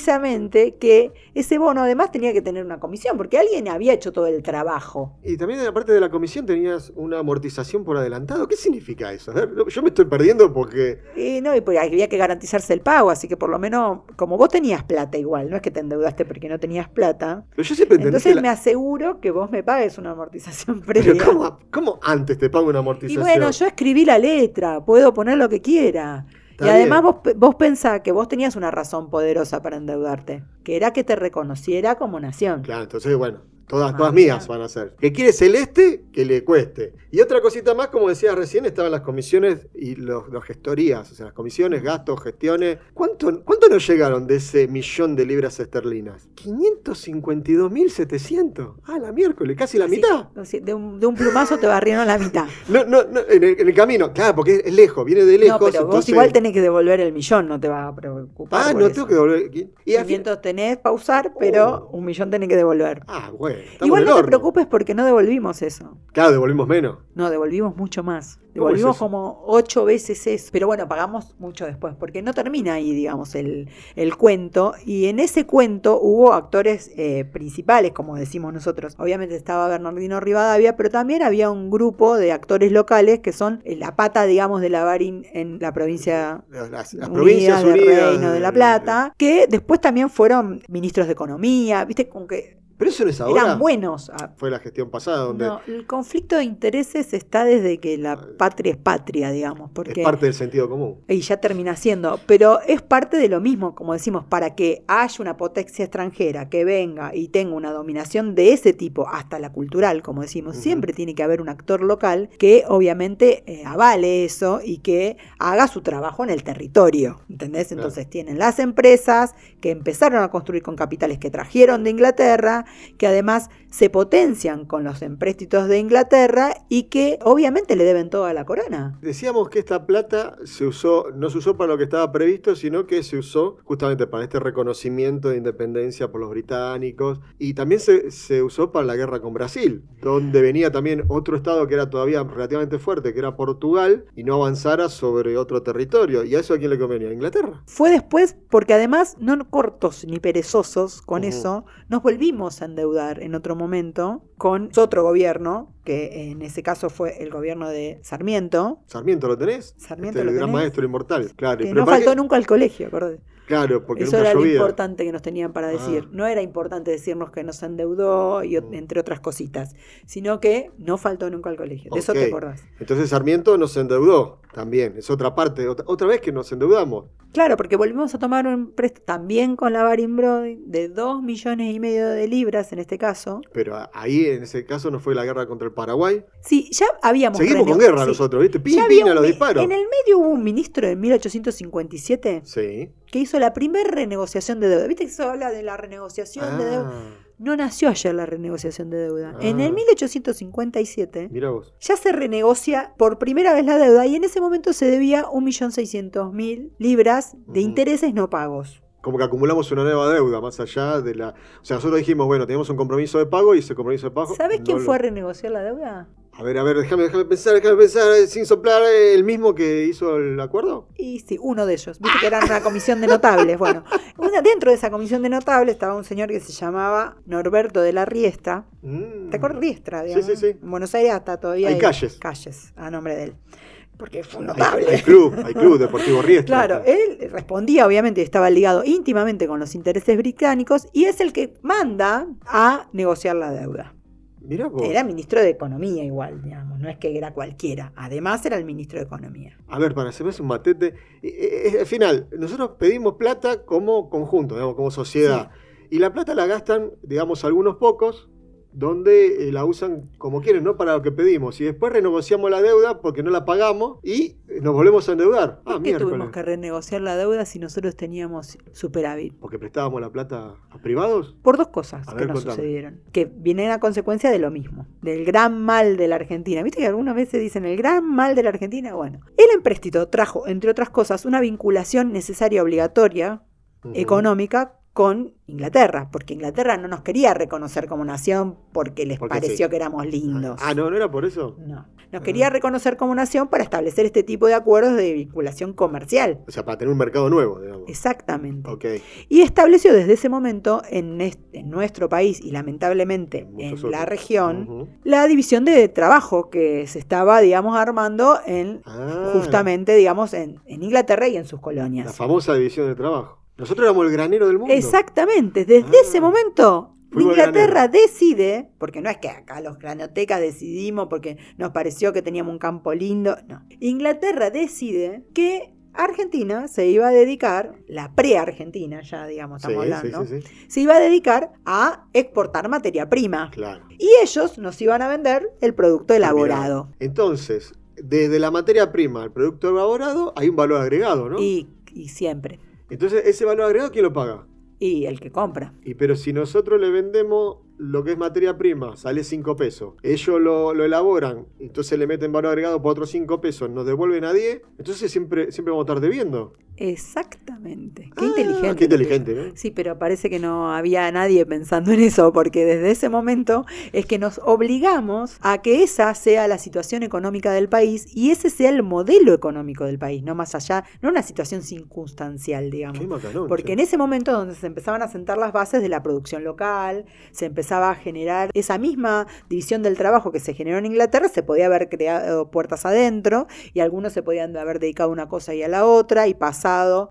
Speaker 3: precisamente que ese bono además tenía que tener una comisión, porque alguien había hecho todo el trabajo.
Speaker 2: Y también en la parte de la comisión tenías una amortización por adelantado. ¿Qué significa eso? A ver, yo me estoy perdiendo porque...
Speaker 3: Y no, y pues había que garantizarse el pago, así que por lo menos, como vos tenías plata igual, no es que te endeudaste porque no tenías plata,
Speaker 2: Pero yo siempre entendí
Speaker 3: entonces
Speaker 2: que la-
Speaker 3: me aseguro que vos me pagues una amortización previa.
Speaker 2: [LAUGHS] Pero ¿cómo, cómo antes te pago una
Speaker 3: Y
Speaker 2: amortización?
Speaker 3: bueno, yo escribí la letra, puedo poner lo que quiera.
Speaker 2: Está
Speaker 3: y además
Speaker 2: bien.
Speaker 3: vos, pe- vos pensás que vos tenías una razón poderosa para endeudarte, que era que te reconociera como nación.
Speaker 2: Claro, entonces, bueno, todas,
Speaker 3: Ah,
Speaker 2: todas
Speaker 3: mira.
Speaker 2: mías van a ser. Que quiere celeste, que le cueste. Y otra cosita más, como decías recién, estaban las comisiones y los, los gestorías, o sea, las comisiones, gastos, gestiones. ¿Cuánto, cuánto nos llegaron de ese millón de libras esterlinas? 552.700. Ah, la miércoles, casi la
Speaker 3: Así-
Speaker 2: mitad.
Speaker 3: así, de, un, de un plumazo te barrieron la mitad.
Speaker 2: No, no, no, en el, en el camino, claro, porque es lejos, viene de [LAUGHS] lejos.
Speaker 3: no, pero vos
Speaker 2: entonces-
Speaker 3: igual tenés que devolver el millón, no te vas a preocupar.
Speaker 2: Ah,
Speaker 3: por
Speaker 2: no
Speaker 3: eso.
Speaker 2: tengo que devolver. Y al fin-
Speaker 3: 500 tenés pausar, pero
Speaker 2: Oh.
Speaker 3: un millón tenés que devolver.
Speaker 2: Ah, bueno. estamos
Speaker 3: Igual
Speaker 2: en el
Speaker 3: no te
Speaker 2: horno.
Speaker 3: preocupes porque no devolvimos eso.
Speaker 2: Claro, devolvimos menos.
Speaker 3: No, devolvimos mucho más.
Speaker 2: es
Speaker 3: Devolvimos
Speaker 2: eso?
Speaker 3: como ocho veces eso. Pero bueno, pagamos mucho después, porque no termina ahí, digamos, el, el cuento. Y en ese cuento hubo actores eh, principales, como decimos nosotros. Obviamente estaba Bernardino Rivadavia, pero también había un grupo de actores locales que son eh, la pata, digamos, de la Barín en la provincia
Speaker 2: Las, las
Speaker 3: Unidas
Speaker 2: provincias
Speaker 3: del
Speaker 2: unidas. eh,
Speaker 3: Reino de la Plata, que después también fueron ministros de Economía, viste, como que
Speaker 2: Pero eso no es ahora.
Speaker 3: eran buenos. Ah,
Speaker 2: Fue la gestión pasada donde Ah,
Speaker 3: no, el conflicto de intereses está desde que la patria es patria, digamos, porque
Speaker 2: es parte del sentido común.
Speaker 3: y ya termina siendo, pero es parte de lo mismo, como decimos, para que haya una potencia extranjera que venga y tenga una dominación de ese tipo, hasta la cultural, como decimos,
Speaker 2: Ujú.
Speaker 3: siempre tiene que haber un actor local que obviamente eh, avale eso y que haga su trabajo en el territorio, ¿entendés?
Speaker 2: Claro.
Speaker 3: Entonces tienen las empresas que empezaron a construir con capitales que trajeron de Inglaterra, que además se potencian con los empréstitos de Inglaterra y que obviamente le deben toda la corona.
Speaker 2: Decíamos que esta plata se usó, no se usó para lo que estaba previsto, sino que se usó justamente para este reconocimiento de independencia por los británicos y también se, se usó para la guerra con Brasil, donde venía también otro estado que era todavía relativamente fuerte, que era Portugal, y no avanzara sobre otro territorio. ¿Y a eso a quién le convenía? ¿A Inglaterra?
Speaker 3: Fue después, porque además, no cortos ni perezosos con
Speaker 2: Ujú.
Speaker 3: eso, nos volvimos a endeudar en otro momento con otro gobierno, que en ese caso fue el gobierno de Sarmiento,
Speaker 2: ¿Sarmiento lo tenés?
Speaker 3: Sarmiento
Speaker 2: Este,
Speaker 3: lo
Speaker 2: el gran
Speaker 3: tenés.
Speaker 2: maestro inmortal. Claro, y
Speaker 3: que
Speaker 2: pero
Speaker 3: no
Speaker 2: ¿para
Speaker 3: faltó
Speaker 2: qué-
Speaker 3: nunca al colegio, acordate.
Speaker 2: Claro, porque
Speaker 3: Eso
Speaker 2: nunca
Speaker 3: era lo
Speaker 2: llovía.
Speaker 3: importante que nos tenían para decir.
Speaker 2: Ah.
Speaker 3: No era importante decirnos que nos endeudó, y, o-
Speaker 2: Mm.
Speaker 3: entre otras cositas, sino que no faltó nunca al colegio. De eso te
Speaker 2: Ok.
Speaker 3: acordás.
Speaker 2: Entonces Sarmiento nos endeudó también, es otra parte, otra, otra vez que nos endeudamos.
Speaker 3: Claro, porque volvimos a tomar un préstamo también con la Baring Brody de 2 millones y medio de libras en este caso.
Speaker 2: Pero a- ahí en ese caso no fue la guerra contra el Paraguay.
Speaker 3: Sí, ya habíamos.
Speaker 2: Seguimos con
Speaker 3: renegado-
Speaker 2: guerra
Speaker 3: sí.
Speaker 2: nosotros, ¿viste? Pim,
Speaker 3: Ya había
Speaker 2: pim, a
Speaker 3: un
Speaker 2: los
Speaker 3: mi-
Speaker 2: disparos.
Speaker 3: En el medio hubo un ministro en 1857
Speaker 2: Sí.
Speaker 3: que hizo la primera renegociación de deuda. ¿Viste que se habla de la renegociación de deuda?
Speaker 2: Ah,
Speaker 3: No nació ayer la renegociación de deuda. En
Speaker 2: Ah.
Speaker 3: el 1857
Speaker 2: mira vos.
Speaker 3: ya se renegocia por primera vez la deuda y en ese momento se debía 1.600.000 libras de
Speaker 2: Ujú.
Speaker 3: intereses no pagos.
Speaker 2: Como que acumulamos una nueva deuda más allá de la. O sea, nosotros dijimos, bueno, tenemos un compromiso de pago y ese compromiso de pago.
Speaker 3: ¿Sabes
Speaker 2: no
Speaker 3: quién
Speaker 2: lo-
Speaker 3: fue a renegociar la deuda?
Speaker 2: A ver, a ver, déjame, déjame pensar, déjame pensar, eh, sin soplar, eh, el mismo que hizo el acuerdo.
Speaker 3: Y sí, uno de ellos. Viste que eran una comisión de notables. Bueno, una- dentro de esa comisión de notables estaba un señor que se llamaba Norberto de la Riesta.
Speaker 2: Mm.
Speaker 3: ¿Te acuerdas Riestra?
Speaker 2: Sí,
Speaker 3: digamos?
Speaker 2: sí, sí.
Speaker 3: En Buenos Aires hasta todavía
Speaker 2: Hay calles.
Speaker 3: Calles, a nombre de él. Porque fue un
Speaker 2: Hay,
Speaker 3: notable.
Speaker 2: hay club, hay club deportivo Riestra.
Speaker 3: Claro, él respondía, obviamente, estaba ligado íntimamente con los intereses británicos y es el que manda a negociar la deuda.
Speaker 2: Mira vos.
Speaker 3: Era ministro de Economía igual, digamos, no es que era cualquiera. Además, era el ministro de Economía.
Speaker 2: A ver, para, se me hace un matete. Eh, eh, eh, Al final, nosotros pedimos plata como conjunto, digamos, como sociedad. Y la plata la gastan, digamos, algunos pocos, donde eh, la usan como quieren, no para lo que pedimos. Y después renegociamos la deuda porque no la pagamos y eh, nos volvemos a endeudar. Ah,
Speaker 3: ¿Por qué
Speaker 2: miércoles.
Speaker 3: tuvimos que renegociar la deuda si nosotros teníamos superávit?
Speaker 2: Porque prestábamos la plata a privados.
Speaker 3: Por dos cosas
Speaker 2: A
Speaker 3: que
Speaker 2: ver,
Speaker 3: nos
Speaker 2: contame.
Speaker 3: sucedieron, que vienen a consecuencia de lo mismo, del gran mal de la Argentina. Viste que algunas veces dicen el gran mal de la Argentina. Bueno, el empréstito trajo, entre otras cosas, una vinculación necesaria, obligatoria,
Speaker 2: Ujú.
Speaker 3: económica con Inglaterra, porque Inglaterra no nos quería reconocer como nación porque les
Speaker 2: Porque
Speaker 3: pareció
Speaker 2: sí.
Speaker 3: que éramos lindos.
Speaker 2: Ah, no, Ah. no era por eso.
Speaker 3: No. Nos quería reconocer como nación para establecer este tipo de acuerdos de vinculación comercial.
Speaker 2: O sea, para tener un mercado nuevo, digamos.
Speaker 3: Exactamente.
Speaker 2: Ok.
Speaker 3: Y estableció desde ese momento en, est- en nuestro país y lamentablemente en,
Speaker 2: Muchos
Speaker 3: la
Speaker 2: otros.
Speaker 3: región
Speaker 2: Ujú.
Speaker 3: la división de trabajo que se estaba, digamos, armando en
Speaker 2: Ah,
Speaker 3: justamente, digamos, en, en Inglaterra y en sus
Speaker 2: La
Speaker 3: colonias.
Speaker 2: famosa división de trabajo. Nosotros éramos el granero del mundo.
Speaker 3: Exactamente, desde
Speaker 2: Ah.
Speaker 3: ese momento
Speaker 2: Fuimos
Speaker 3: Inglaterra decide, porque no es que acá los granotecas decidimos porque nos pareció que teníamos un campo lindo, no. Inglaterra decide que Argentina se iba a dedicar, la pre-Argentina ya, digamos,
Speaker 2: Sí,
Speaker 3: estamos
Speaker 2: sí,
Speaker 3: hablando,
Speaker 2: sí, sí.
Speaker 3: se iba a dedicar a exportar materia prima.
Speaker 2: Claro.
Speaker 3: Y ellos nos iban a vender el producto elaborado.
Speaker 2: Entonces, desde la materia prima al producto elaborado hay un valor agregado, ¿no?
Speaker 3: Y, y siempre.
Speaker 2: Entonces, ese valor agregado, ¿quién lo paga?
Speaker 3: Y el que compra.
Speaker 2: Y pero si nosotros le vendemos lo que es materia prima, sale 5 pesos, ellos lo, lo elaboran, entonces le meten valor agregado por otros 5 pesos, nos devuelven a 10, entonces siempre, siempre vamos a estar debiendo.
Speaker 3: Exactamente. Qué
Speaker 2: Ah,
Speaker 3: inteligente.
Speaker 2: Qué
Speaker 3: lo que
Speaker 2: inteligente, ¿eh? ¿no?
Speaker 3: Sí, pero parece que no había nadie pensando en eso, porque desde ese momento es que nos obligamos a que esa sea la situación económica del país y ese sea el modelo económico del país, no más allá, no una situación circunstancial, digamos.
Speaker 2: Qué macanón.
Speaker 3: Porque en
Speaker 2: che.
Speaker 3: ese momento donde se empezaban a sentar las bases de la producción local, se empezaba a generar esa misma división del trabajo que se generó en Inglaterra, se podía haber creado puertas adentro y algunos se podían haber dedicado a una cosa y a la otra y pasado.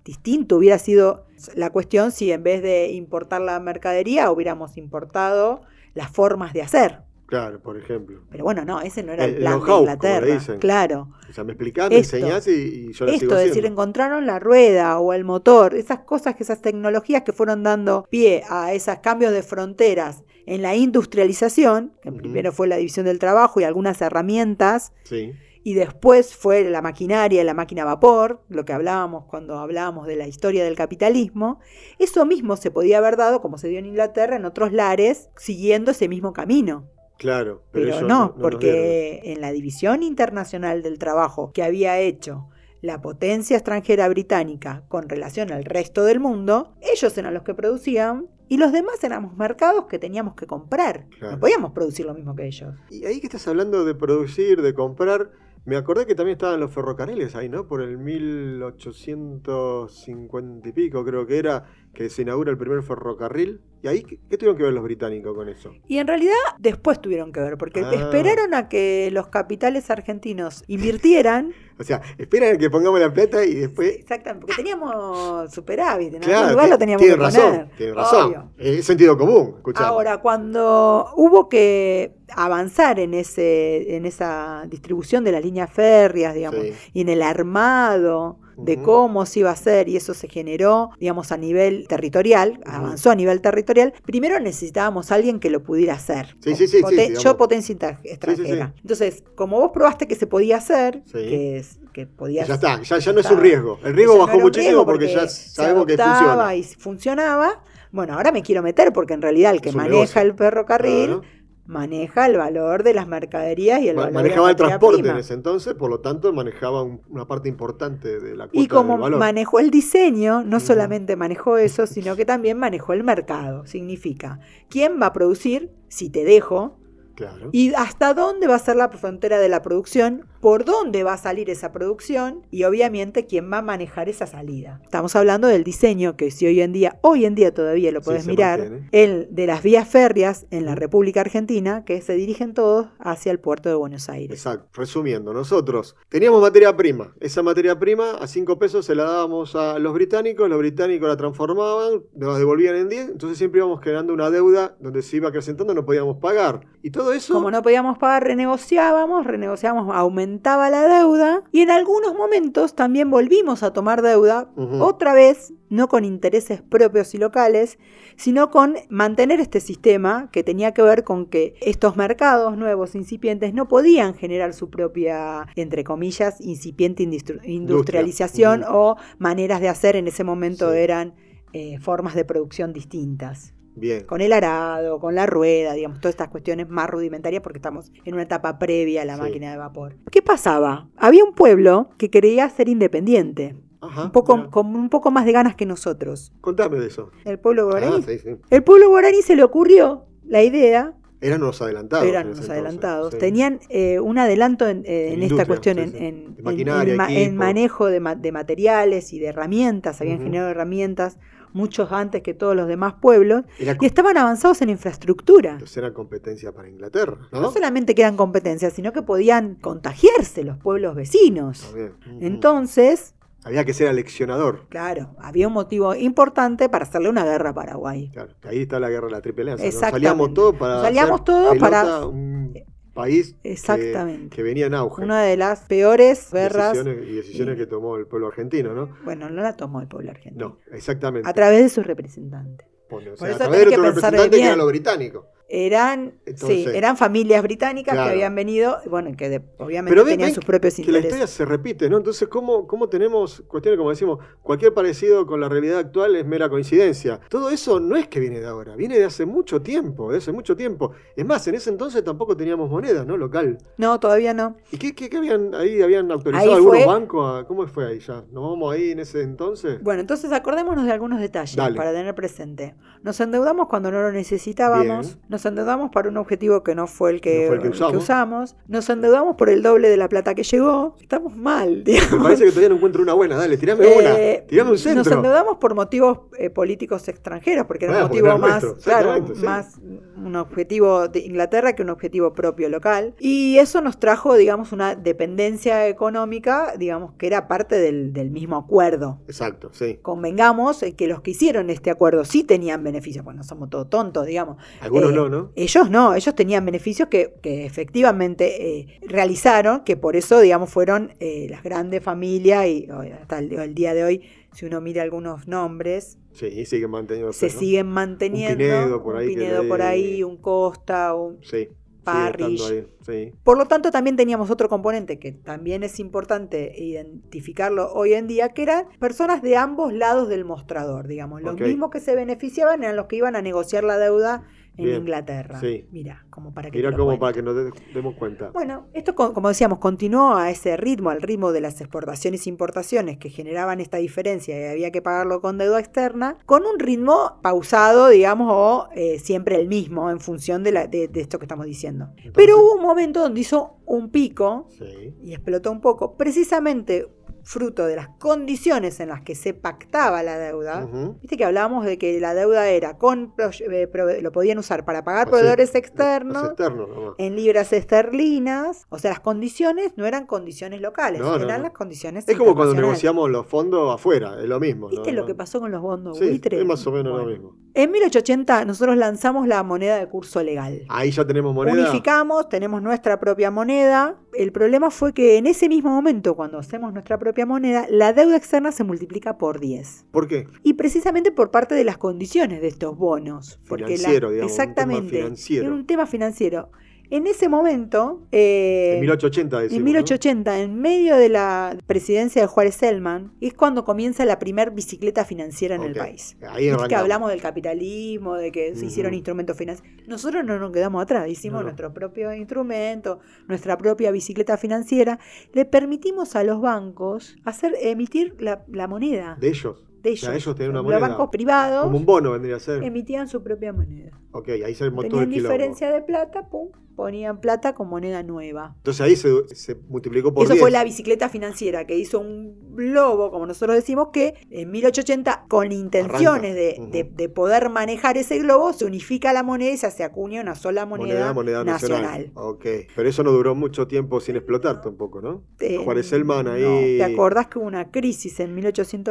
Speaker 3: Distinto hubiera sido la cuestión si en vez de importar la mercadería hubiéramos importado las formas de hacer.
Speaker 2: Claro, por ejemplo.
Speaker 3: Pero bueno, no, ese no era el
Speaker 2: El
Speaker 3: plan de
Speaker 2: know-how, Eh, como le
Speaker 3: Inglaterra.
Speaker 2: dicen.
Speaker 3: Claro.
Speaker 2: O sea, me explicás, me
Speaker 3: Esto.
Speaker 2: enseñás y, y yo la sigo
Speaker 3: Esto, es decir,
Speaker 2: haciendo.
Speaker 3: encontraron la rueda o el motor, esas cosas, que esas tecnologías que fueron dando pie a esos cambios de fronteras en la industrialización, que
Speaker 2: Ujú.
Speaker 3: primero fue la división del trabajo y algunas herramientas,
Speaker 2: Sí.
Speaker 3: y después fue la maquinaria, la máquina a vapor, lo que hablábamos cuando hablábamos de la historia del capitalismo, eso mismo se podía haber dado, como se dio en Inglaterra, en otros lares, siguiendo ese mismo camino.
Speaker 2: Claro. Pero,
Speaker 3: Pero
Speaker 2: ellos
Speaker 3: no,
Speaker 2: nos dieron.
Speaker 3: porque en la división internacional del trabajo que había hecho la potencia extranjera británica con relación al resto del mundo, ellos eran los que producían y los demás éramos mercados que teníamos que comprar.
Speaker 2: Claro.
Speaker 3: No podíamos producir lo mismo que ellos.
Speaker 2: Y ahí que estás hablando de producir, de comprar, me acordé que también estaban los ferrocarriles ahí, ¿no? Por el 1850 y pico creo que era, que se inaugura el primer ferrocarril. ¿Y ahí qué, qué tuvieron que ver los británicos con eso?
Speaker 3: Y en realidad después tuvieron que ver, porque
Speaker 2: Ah.
Speaker 3: esperaron a que los capitales argentinos invirtieran.
Speaker 2: O sea, esperan a que pongamos la plata y después...
Speaker 3: Exactamente, porque teníamos superávit, en
Speaker 2: Claro,
Speaker 3: algún lugar
Speaker 2: ti-
Speaker 3: lo teníamos
Speaker 2: tiene
Speaker 3: que
Speaker 2: razón,
Speaker 3: poner.
Speaker 2: tiene razón.
Speaker 3: obvio.
Speaker 2: Eh, Es sentido común, escuchame.
Speaker 3: Ahora, cuando hubo que avanzar en, ese, en esa distribución de las líneas férreas, digamos,
Speaker 2: Sí.
Speaker 3: y en el armado de
Speaker 2: Ujú.
Speaker 3: cómo se iba a hacer, y eso se generó, digamos, a nivel territorial, avanzó a nivel territorial, primero necesitábamos a alguien que lo pudiera hacer.
Speaker 2: Sí, sí, sí, sí,
Speaker 3: Poten-
Speaker 2: digamos.
Speaker 3: yo potencia inter- extranjera. Entonces, como vos probaste que se podía hacer,
Speaker 2: Sí.
Speaker 3: que, es- que podías...
Speaker 2: Ya está, ya, ya no es
Speaker 3: está.
Speaker 2: un riesgo. El riesgo
Speaker 3: Ya no
Speaker 2: bajó
Speaker 3: era un
Speaker 2: muchísimo
Speaker 3: riesgo
Speaker 2: porque, ya
Speaker 3: se
Speaker 2: sabemos que
Speaker 3: adoptaba
Speaker 2: funciona.
Speaker 3: Y funcionaba. Bueno, ahora me quiero meter porque en realidad el que
Speaker 2: Es un
Speaker 3: maneja
Speaker 2: negocio.
Speaker 3: el ferrocarril
Speaker 2: Claro.
Speaker 3: maneja el valor de las mercaderías y el
Speaker 2: Ma-
Speaker 3: valor
Speaker 2: manejaba
Speaker 3: de la
Speaker 2: el
Speaker 3: materia
Speaker 2: transporte
Speaker 3: prima.
Speaker 2: en ese entonces, por lo tanto manejaba un- una parte importante de la cuota
Speaker 3: Y como
Speaker 2: del valor.
Speaker 3: manejó el diseño, no
Speaker 2: Ujú.
Speaker 3: solamente manejó eso, sino que también manejó el mercado. Significa, ¿quién va a producir si te dejo?
Speaker 2: Claro.
Speaker 3: ¿Y hasta dónde va a ser la frontera de la producción? ¿Por dónde va a salir esa producción? Y obviamente, ¿quién va a manejar esa salida? Estamos hablando del diseño que si hoy en día, hoy en día todavía lo
Speaker 2: Sí,
Speaker 3: podés
Speaker 2: se
Speaker 3: mirar,
Speaker 2: mantiene.
Speaker 3: el de las vías férreas en la República Argentina, que se dirigen todos hacia el puerto de Buenos Aires.
Speaker 2: Exacto. Resumiendo, nosotros teníamos materia prima. Esa materia prima a 5 pesos se la dábamos a los británicos, los británicos la transformaban, nos devolvían en 10, entonces siempre íbamos generando una deuda donde se iba acrecentando, no podíamos pagar. Y todo eso...
Speaker 3: Como no podíamos pagar, renegociábamos, renegociábamos, aumentaba la deuda y en algunos momentos también volvimos a tomar deuda,
Speaker 2: Ujú.
Speaker 3: otra vez, no con intereses propios y locales, sino con mantener este sistema que tenía que ver con que estos mercados nuevos, incipientes, no podían generar su propia, entre comillas, incipiente industru- industrialización
Speaker 2: Ujú.
Speaker 3: o maneras de hacer en ese momento
Speaker 2: Mm. Sí.
Speaker 3: eran eh, formas de producción distintas
Speaker 2: Bien.
Speaker 3: con el arado, con la rueda, digamos, todas estas cuestiones más rudimentarias porque estamos en una etapa previa a la
Speaker 2: Sí.
Speaker 3: máquina de vapor. ¿Qué pasaba? Había un pueblo que creía ser independiente,
Speaker 2: Ajá,
Speaker 3: un poco,
Speaker 2: mira.
Speaker 3: con un poco más de ganas que nosotros,
Speaker 2: Contame de eso.
Speaker 3: el pueblo guaraní.
Speaker 2: Ah, sí, sí.
Speaker 3: El pueblo guaraní se le ocurrió la idea,
Speaker 2: Eran los adelantados.
Speaker 3: eran
Speaker 2: en ese
Speaker 3: los
Speaker 2: entonces,
Speaker 3: adelantados,
Speaker 2: sí.
Speaker 3: tenían eh, un adelanto en,
Speaker 2: En
Speaker 3: eh, en
Speaker 2: industria,
Speaker 3: esta cuestión,
Speaker 2: sí,
Speaker 3: en,
Speaker 2: sí.
Speaker 3: en-
Speaker 2: De
Speaker 3: en-
Speaker 2: maquinaria,
Speaker 3: en ma- en
Speaker 2: equipo.
Speaker 3: manejo de, ma- de materiales y de herramientas, habían
Speaker 2: Ujú.
Speaker 3: generado herramientas muchos antes que todos los demás pueblos,
Speaker 2: Era,
Speaker 3: y estaban avanzados en infraestructura.
Speaker 2: entonces era competencia para Inglaterra, ¿no?
Speaker 3: No solamente que eran competencias, sino que podían contagiarse los pueblos vecinos.
Speaker 2: También. Ah, Ujú.
Speaker 3: Entonces,
Speaker 2: Había que ser aleccionador.
Speaker 3: claro, había un motivo importante para hacerle una guerra a Paraguay.
Speaker 2: Claro, que ahí está la guerra de la triple alianza. Nos
Speaker 3: Exactamente.
Speaker 2: salíamos todos para.
Speaker 3: Nos salíamos
Speaker 2: hacer
Speaker 3: todos
Speaker 2: pelota
Speaker 3: para-
Speaker 2: a Un país que-
Speaker 3: Exactamente.
Speaker 2: que venía en auge.
Speaker 3: Una de las peores guerras.
Speaker 2: decisiones, y decisiones
Speaker 3: y-
Speaker 2: que tomó el pueblo argentino, ¿no?
Speaker 3: Bueno, no la tomó el pueblo argentino.
Speaker 2: No, exactamente.
Speaker 3: A través de sus representantes.
Speaker 2: Pone, o
Speaker 3: por
Speaker 2: sea,
Speaker 3: eso
Speaker 2: a través
Speaker 3: tenés
Speaker 2: de
Speaker 3: que
Speaker 2: otro
Speaker 3: pensar
Speaker 2: representante que
Speaker 3: bien.
Speaker 2: era lo británico.
Speaker 3: Eran,
Speaker 2: Entonces-
Speaker 3: sí, eran familias británicas
Speaker 2: Claro.
Speaker 3: que habían venido, y bueno, que de- obviamente
Speaker 2: Pero ven-
Speaker 3: tenían
Speaker 2: ven
Speaker 3: sus propios
Speaker 2: Que la
Speaker 3: intereses.
Speaker 2: historia se repite, ¿no? Entonces, ¿cómo, ¿cómo tenemos cuestiones como decimos, cualquier parecido con la realidad actual es mera coincidencia? Todo eso no es que viene de ahora, viene de hace mucho tiempo, de hace mucho tiempo. Es más, en ese entonces tampoco teníamos moneda, ¿no? Local.
Speaker 3: No, todavía no.
Speaker 2: ¿Y qué, qué- qué habían ahí? ¿Habían autorizado
Speaker 3: Ahí
Speaker 2: algunos
Speaker 3: fue-
Speaker 2: bancos? A, ¿Cómo fue ahí ya? ¿Nos vamos ahí en ese entonces?
Speaker 3: Bueno, entonces acordémonos de algunos detalles
Speaker 2: Dale.
Speaker 3: para tener presente. Nos endeudamos cuando no lo necesitábamos,
Speaker 2: Bien.
Speaker 3: nos endeudamos para un objetivo que no fue el que,
Speaker 2: No fue el que
Speaker 3: el
Speaker 2: usamos.
Speaker 3: usamos, nos endeudamos por el doble de la plata que llegó, estamos mal, [LAUGHS]
Speaker 2: [LAUGHS]
Speaker 3: digamos.
Speaker 2: Me parece que todavía no encuentro una buena. Dale, tirame
Speaker 3: Eh,
Speaker 2: una. Tirame un
Speaker 3: Nos
Speaker 2: centro.
Speaker 3: endeudamos por motivos eh, políticos extranjeros, porque era
Speaker 2: Ah,
Speaker 3: un
Speaker 2: porque
Speaker 3: motivo
Speaker 2: era
Speaker 3: más,
Speaker 2: nuestro,
Speaker 3: claro,
Speaker 2: exactamente, sí.
Speaker 3: más un objetivo de Inglaterra que un objetivo propio local. Y eso nos trajo, digamos, una dependencia económica, digamos, que era parte del, del mismo acuerdo.
Speaker 2: Exacto, sí.
Speaker 3: Convengamos eh, que los que hicieron este acuerdo sí tenían beneficios, bueno, somos todos tontos, digamos.
Speaker 2: Algunos
Speaker 3: Eh,
Speaker 2: no, ¿no?
Speaker 3: Ellos no, ellos tenían beneficios que, que efectivamente eh, realizaron, que por eso, digamos, fueron eh, las grandes familias y o, hasta el, el día de hoy, si uno mira algunos nombres,
Speaker 2: Sí, y siguen manteniendo.
Speaker 3: se
Speaker 2: ¿no?
Speaker 3: siguen manteniendo.
Speaker 2: Un Pinedo por ahí
Speaker 3: Un
Speaker 2: que
Speaker 3: Pinedo
Speaker 2: le-
Speaker 3: por ahí, un Costa, un...
Speaker 2: Sí. sigue
Speaker 3: Parrish.
Speaker 2: estando ahí, Sí.
Speaker 3: Por lo tanto, también teníamos otro componente que también es importante identificarlo hoy en día, que eran personas de ambos lados del mostrador, digamos. Los
Speaker 2: Ok.
Speaker 3: mismos que se beneficiaban eran los que iban a negociar la deuda en
Speaker 2: Bien,
Speaker 3: Inglaterra.
Speaker 2: sí.
Speaker 3: Mira, como para que te
Speaker 2: Mira
Speaker 3: lo
Speaker 2: como
Speaker 3: cuente.
Speaker 2: para que nos de- demos cuenta.
Speaker 3: Bueno, esto, co- como decíamos, continuó a ese ritmo, al ritmo de las exportaciones e importaciones que generaban esta diferencia y había que pagarlo con deuda externa, con un ritmo pausado, digamos, o eh, siempre el mismo en función de, la- de- de esto que estamos diciendo.
Speaker 2: Entonces-
Speaker 3: Pero hubo un momento donde hizo un pico
Speaker 2: Sí.
Speaker 3: y explotó un poco, precisamente fruto de las condiciones en las que se pactaba la deuda.
Speaker 2: Ujú.
Speaker 3: Viste que hablábamos de que la deuda era con pro- eh, prove- lo podían usar para pagar
Speaker 2: Así,
Speaker 3: proveedores
Speaker 2: Los
Speaker 3: externos
Speaker 2: externos nomás.
Speaker 3: en libras esterlinas, o sea, las condiciones no eran condiciones locales,
Speaker 2: No, no,
Speaker 3: eran
Speaker 2: no.
Speaker 3: las condiciones
Speaker 2: Es como cuando
Speaker 3: internacionales.
Speaker 2: negociamos los fondos afuera, es lo mismo.
Speaker 3: ¿Viste
Speaker 2: ¿no?
Speaker 3: lo que pasó con los bondos
Speaker 2: Sí,
Speaker 3: buitre?
Speaker 2: es más o menos lo
Speaker 3: Bueno.
Speaker 2: mismo.
Speaker 3: En 1880 nosotros lanzamos la moneda de curso legal.
Speaker 2: Ahí ya tenemos Ah, moneda.
Speaker 3: Unificamos, tenemos nuestra propia moneda. El problema fue que en ese mismo momento, cuando hacemos nuestra propia moneda, la deuda externa se multiplica por 10.
Speaker 2: ¿Por qué?
Speaker 3: Y precisamente por parte de las condiciones de estos bonos. Porque la-
Speaker 2: Financiero, digamos, un tema
Speaker 3: Exactamente.
Speaker 2: financiero.
Speaker 3: Era un tema financiero. En ese momento, eh,
Speaker 2: en 1880 decimos.
Speaker 3: en
Speaker 2: ¿no?
Speaker 3: 1880, en medio de la presidencia de Juárez Selman, es cuando comienza la primer bicicleta financiera en el
Speaker 2: Ok.
Speaker 3: país.
Speaker 2: Ahí
Speaker 3: Es que
Speaker 2: arrancamos.
Speaker 3: hablamos del capitalismo, de que se hicieron
Speaker 2: Ujú.
Speaker 3: instrumentos financieros. Nosotros no nos quedamos atrás, hicimos
Speaker 2: No, no.
Speaker 3: nuestro propio instrumento, nuestra propia bicicleta financiera. Le permitimos a los bancos hacer emitir la, la moneda de,
Speaker 2: De ellos.
Speaker 3: ellos.
Speaker 2: sea, ellos tenían una
Speaker 3: los
Speaker 2: moneda
Speaker 3: bancos privados
Speaker 2: Como un bono vendría a ser.
Speaker 3: emitían su propia moneda.
Speaker 2: Ok, ahí se montó el
Speaker 3: Tenían
Speaker 2: quilombo.
Speaker 3: diferencia de plata, pum, ponían plata con moneda nueva.
Speaker 2: Entonces ahí se, se multiplicó por
Speaker 3: Eso
Speaker 2: 10.
Speaker 3: fue la bicicleta financiera que hizo un lobo, como nosotros decimos, que en 1880, con intenciones de,
Speaker 2: Ujú.
Speaker 3: de- de poder manejar ese globo, se unifica la moneda y se hace acuña una sola moneda,
Speaker 2: moneda, moneda nacional.
Speaker 3: nacional.
Speaker 2: Ok, pero eso no duró mucho tiempo sin explotar tampoco, ¿no?
Speaker 3: Eh,
Speaker 2: Juárez Selman
Speaker 3: no,
Speaker 2: ahí.
Speaker 3: ¿Te acordás que hubo una crisis en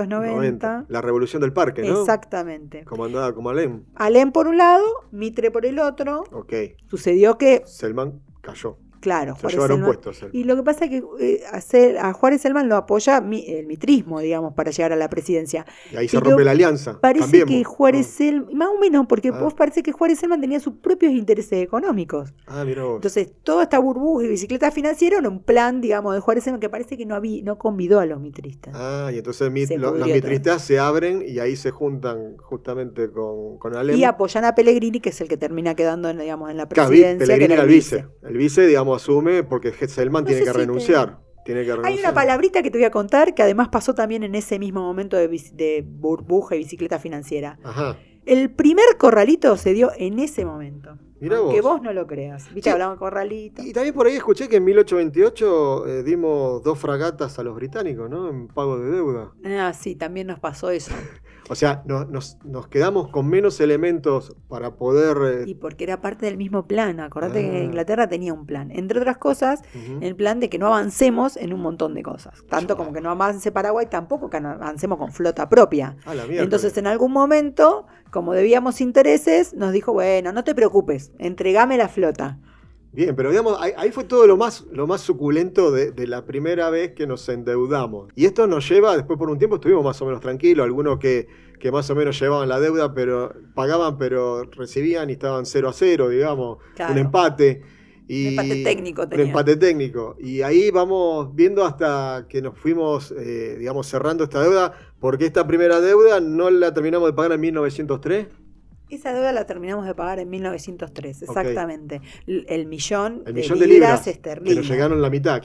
Speaker 3: 1890?
Speaker 2: La revolución del parque, ¿no?
Speaker 3: Exactamente.
Speaker 2: Comandada como Alem.
Speaker 3: Alem por un lado, Mitre por el otro.
Speaker 2: Ok,
Speaker 3: Sucedió que,
Speaker 2: Selman cayó.
Speaker 3: claro,
Speaker 2: Se
Speaker 3: Juárez
Speaker 2: llevaron
Speaker 3: Selman-
Speaker 2: puestos. Selman.
Speaker 3: Y lo que pasa es que eh, a Sel- a Juárez Selman lo apoya mi- el mitrismo, digamos, para llegar a la presidencia.
Speaker 2: Y ahí se
Speaker 3: pero
Speaker 2: rompe la alianza.
Speaker 3: Parece
Speaker 2: Cambiemos.
Speaker 3: que Juárez Selman, más o menos, porque
Speaker 2: Ah.
Speaker 3: vos parece que Juárez Selman tenía sus propios intereses económicos.
Speaker 2: Ah, mira vos.
Speaker 3: Entonces, toda esta burbuja y bicicleta financiera era un plan, digamos, de Juárez Selman que parece que no, habí- no convidó a los mitristas.
Speaker 2: Ah, y entonces mi-
Speaker 3: Se
Speaker 2: lo- las
Speaker 3: pudrió todo.
Speaker 2: mitristas se abren y ahí se juntan justamente con, con Alem.
Speaker 3: y apoyan a Pellegrini, que es el que termina quedando, en, digamos, en la
Speaker 2: Claro, vi-
Speaker 3: presidencia. que
Speaker 2: Pellegrini
Speaker 3: era
Speaker 2: era el
Speaker 3: el
Speaker 2: vice.
Speaker 3: vice.
Speaker 2: El vice, digamos, asume porque Selman
Speaker 3: No
Speaker 2: tiene
Speaker 3: sé
Speaker 2: que
Speaker 3: si te-
Speaker 2: renunciar. Tiene que renunciar.
Speaker 3: Hay una palabrita que te voy a contar que además pasó también en ese mismo momento de, bici- de burbuja y bicicleta financiera.
Speaker 2: Ajá.
Speaker 3: El primer corralito se dio en ese momento.
Speaker 2: Mirá
Speaker 3: aunque
Speaker 2: vos.
Speaker 3: vos no lo creas. Viste,
Speaker 2: Sí.
Speaker 3: hablaban corralito.
Speaker 2: Y también por ahí escuché que en 1828 eh, dimos dos fragatas a los británicos, ¿no? En pago de deuda.
Speaker 3: Ah, sí, también nos pasó eso.
Speaker 2: O sea, no- nos, nos quedamos con menos elementos para poder...
Speaker 3: Y
Speaker 2: eh,
Speaker 3: porque era parte del mismo plan. Acordate
Speaker 2: Ah.
Speaker 3: que Inglaterra tenía un plan. Entre otras cosas,
Speaker 2: ujú.
Speaker 3: el plan de que no avancemos en un montón de cosas. Tanto
Speaker 2: Claro.
Speaker 3: como que no avance Paraguay, tampoco que no avancemos con flota propia.
Speaker 2: Ah, la mierda.
Speaker 3: Entonces, en algún momento, como debíamos intereses, nos dijo, bueno, no te preocupes, entregame la flota.
Speaker 2: Bien, pero digamos, ahí, ahí fue todo lo más, lo más suculento de, de la primera vez que nos endeudamos. Y esto nos lleva, después por un tiempo estuvimos más o menos tranquilos, algunos que, que más o menos llevaban la deuda, pero pagaban, pero recibían y estaban 0 a 0, digamos,
Speaker 3: Claro.
Speaker 2: un empate. Y,
Speaker 3: Un empate técnico
Speaker 2: Un
Speaker 3: tenían.
Speaker 2: empate técnico. Y ahí vamos viendo hasta que nos fuimos, eh, digamos, cerrando esta deuda, porque esta primera deuda no la terminamos de pagar en 1903.
Speaker 3: Esa deuda la terminamos de pagar en 1903,
Speaker 2: Ok.
Speaker 3: exactamente. L- El millón,
Speaker 2: El millón de libras, que nos
Speaker 3: esterlinas.
Speaker 2: llegaron la mitad,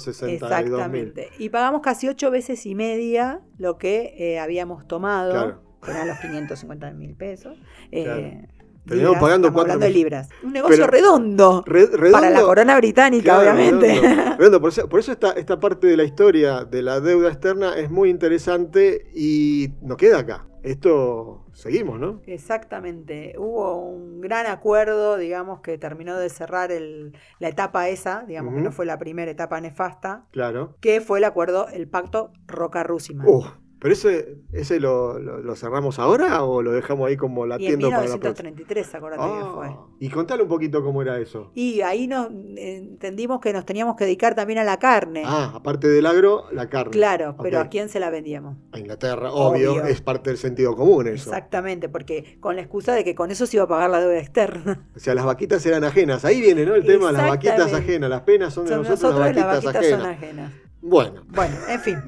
Speaker 2: 562 mil.
Speaker 3: Exactamente. Y pagamos casi ocho veces y media lo que eh, habíamos tomado,
Speaker 2: Claro.
Speaker 3: que eran los 550 mil pesos.
Speaker 2: Claro.
Speaker 3: Eh,
Speaker 2: Terminamos pagando
Speaker 3: estamos
Speaker 2: cuatro
Speaker 3: hablando de
Speaker 2: mil-
Speaker 3: libras. Un negocio
Speaker 2: Pero-
Speaker 3: redondo,
Speaker 2: Re- redondo,
Speaker 3: para la corona británica,
Speaker 2: claro,
Speaker 3: obviamente.
Speaker 2: redondo, redondo. Por eso, por eso esta, esta parte de la historia de la deuda externa es muy interesante y no queda acá. Esto seguimos, ¿no?
Speaker 3: [LAUGHS] Exactamente. Hubo un gran acuerdo, digamos, que terminó de cerrar el- la etapa esa, digamos que
Speaker 2: Ujú.
Speaker 3: no fue la primera etapa nefasta,
Speaker 2: Claro.
Speaker 3: que fue el acuerdo, el pacto Roca-Rusiman.
Speaker 2: Uh, pero ese, ese lo, lo- lo cerramos ahora o lo dejamos ahí como
Speaker 3: y en
Speaker 2: latiendo para la próxima.
Speaker 3: 1933, acordate que fue.
Speaker 2: Ah, y contale un poquito cómo era eso.
Speaker 3: Y ahí nos entendimos que nos teníamos que dedicar también a la carne.
Speaker 2: Ah, aparte del agro, la carne.
Speaker 3: claro,
Speaker 2: Ok.
Speaker 3: pero ¿a quién se la vendíamos?
Speaker 2: A Inglaterra, obvio,
Speaker 3: Obvio.
Speaker 2: es parte del sentido común eso.
Speaker 3: Exactamente, porque con la excusa de que con eso se iba a pagar la deuda externa.
Speaker 2: O sea, las vaquitas eran ajenas. Ahí viene, ¿no? El tema, las vaquitas
Speaker 3: Exactamente.
Speaker 2: ajenas. Las penas son de [LAUGHS]
Speaker 3: Son
Speaker 2: nosotros, las
Speaker 3: las
Speaker 2: vaquitas,
Speaker 3: vaquitas
Speaker 2: ajenas.
Speaker 3: son ajenas.
Speaker 2: Bueno,
Speaker 3: Bueno,
Speaker 2: [LAUGHS]
Speaker 3: en fin.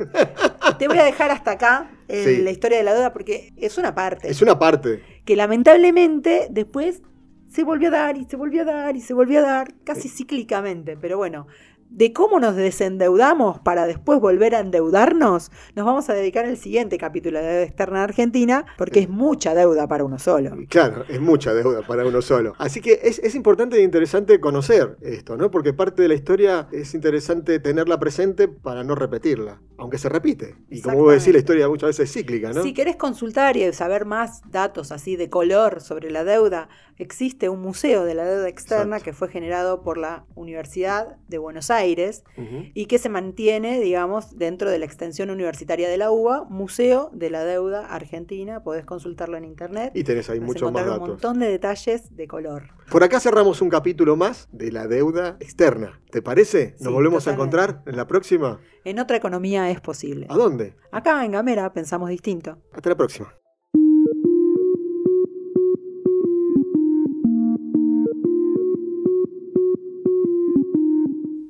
Speaker 3: Te voy a dejar hasta acá eh,
Speaker 2: Sí.
Speaker 3: la historia de la deuda porque es una parte
Speaker 2: es una parte.
Speaker 3: que lamentablemente después se volvió a dar y se volvió a dar y se volvió a dar casi cíclicamente, pero bueno. De cómo nos desendeudamos para después volver a endeudarnos, nos vamos a dedicar al siguiente capítulo de deuda externa de Argentina, porque es mucha deuda para uno solo.
Speaker 2: Claro, es mucha deuda para uno solo. Así que es, es importante e interesante conocer esto, ¿no? Porque parte de la historia es interesante tenerla presente para no repetirla. aunque se repite. Y como vos decís, la historia muchas veces es cíclica, ¿no?
Speaker 3: Si querés consultar y saber más datos así de color sobre la deuda, existe un museo de la deuda externa
Speaker 2: Exacto.
Speaker 3: que fue generado por la Universidad de Buenos Aires
Speaker 2: Ujú.
Speaker 3: y que se mantiene, digamos, dentro de la extensión universitaria de la UBA, Museo de la Deuda Argentina. Podés consultarlo en internet.
Speaker 2: Y tenés ahí
Speaker 3: Vas a
Speaker 2: muchos más
Speaker 3: encontrar un
Speaker 2: datos.
Speaker 3: montón de detalles de color.
Speaker 2: Por acá cerramos un capítulo más de la deuda externa. ¿Te parece? Nos
Speaker 3: Sí,
Speaker 2: volvemos
Speaker 3: totalmente.
Speaker 2: a encontrar en la próxima.
Speaker 3: En otra economía es posible.
Speaker 2: ¿A dónde?
Speaker 3: Acá en Gamera pensamos distinto.
Speaker 2: Hasta la próxima.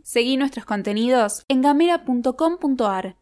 Speaker 1: Seguí nuestros contenidos en gamera.com.ar.